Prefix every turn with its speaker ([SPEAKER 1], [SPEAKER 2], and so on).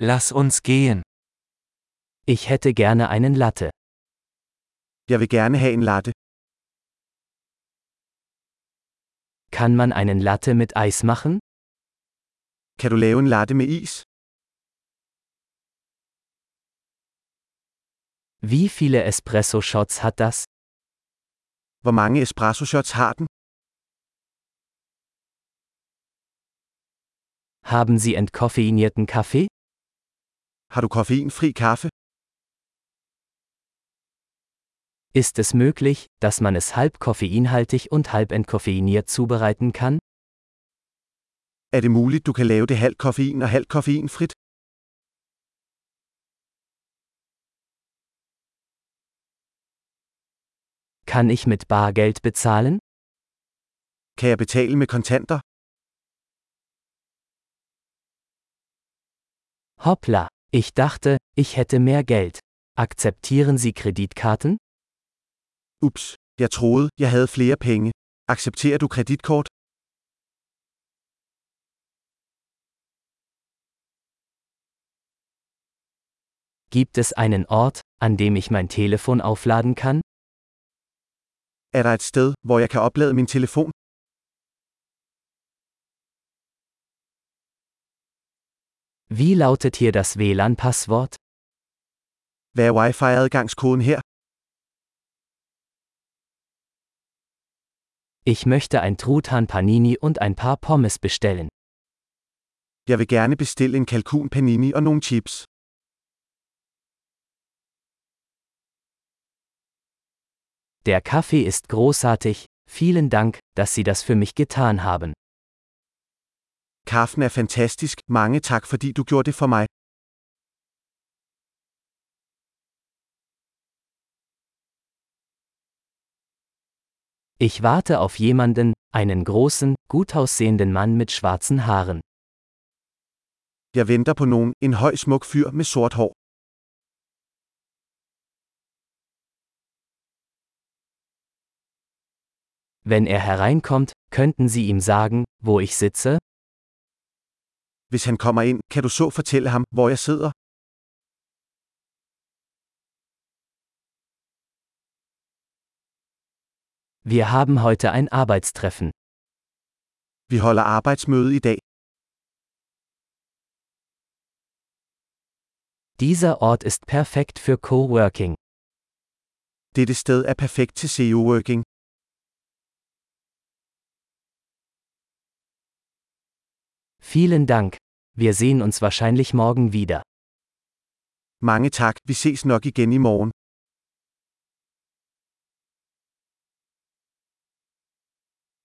[SPEAKER 1] Lass uns gehen. Ich hätte gerne einen Latte.
[SPEAKER 2] Jeg vil gerne have en latte.
[SPEAKER 1] Kann man einen Latte mit Eis machen?
[SPEAKER 2] Kan du lave en latte med is?
[SPEAKER 1] Wie viele Espresso-Shots hat das?
[SPEAKER 2] Hvor mange espresso shots har den?
[SPEAKER 1] Haben Sie entkoffeinierten Kaffee?
[SPEAKER 2] Har du koffeinfri kaffe?
[SPEAKER 1] Ist es möglich, dass man es halb koffeinhaltig und halb entkoffeiniert zubereiten kann?
[SPEAKER 2] Er det muligt, du kan lave det halvt koffein og halvt koffeinfrit?
[SPEAKER 1] Kann ich mit Bargeld bezahlen?
[SPEAKER 2] Kan jeg betale med kontanter?
[SPEAKER 1] Hoppla, ich dachte, ich hätte mehr Geld. Akzeptieren Sie Kreditkarten?
[SPEAKER 2] Ups, jeg troede, jeg havde flere penge. Accepterer du kreditkort?
[SPEAKER 1] Gibt es einen Ort, an dem ich mein Telefon aufladen kann?
[SPEAKER 2] Er der et sted, hvor jeg kan oplade min telefon?
[SPEAKER 1] Wie lautet hier das WLAN-Passwort?
[SPEAKER 2] Hvad er wifi-adgangskoden her?
[SPEAKER 1] Ich möchte ein Truthahn Panini und ein paar Pommes bestellen.
[SPEAKER 2] Jeg vil gerne bestille en kalkun panini og nogle chips.
[SPEAKER 1] Der Kaffee ist großartig. Vielen Dank, dass Sie das für mich getan haben.
[SPEAKER 2] Kaffen er fantastisk. Mange tak fordi du gjorde det for mig.
[SPEAKER 1] Ich warte auf jemanden, einen großen, gut aussehenden Mann mit schwarzen Haaren.
[SPEAKER 2] Jeg venter på nogen, en høj smuk fyr med sort hår.
[SPEAKER 1] Wenn er hereinkommt, könnten Sie ihm sagen, wo ich sitze?
[SPEAKER 2] Hvis han kommer ind, kan du så fortælle ham, hvor jeg sidder?
[SPEAKER 1] Wir haben heute ein Arbeitstreffen.
[SPEAKER 2] Vi holder arbejdsmøde i dag.
[SPEAKER 1] Dieser Ort ist perfekt für Coworking.
[SPEAKER 2] Dette sted er perfekt til CEO-working.
[SPEAKER 1] Vielen Dank. Wir sehen uns wahrscheinlich morgen wieder.
[SPEAKER 2] Mange tak, vi ses nok igen i morgen.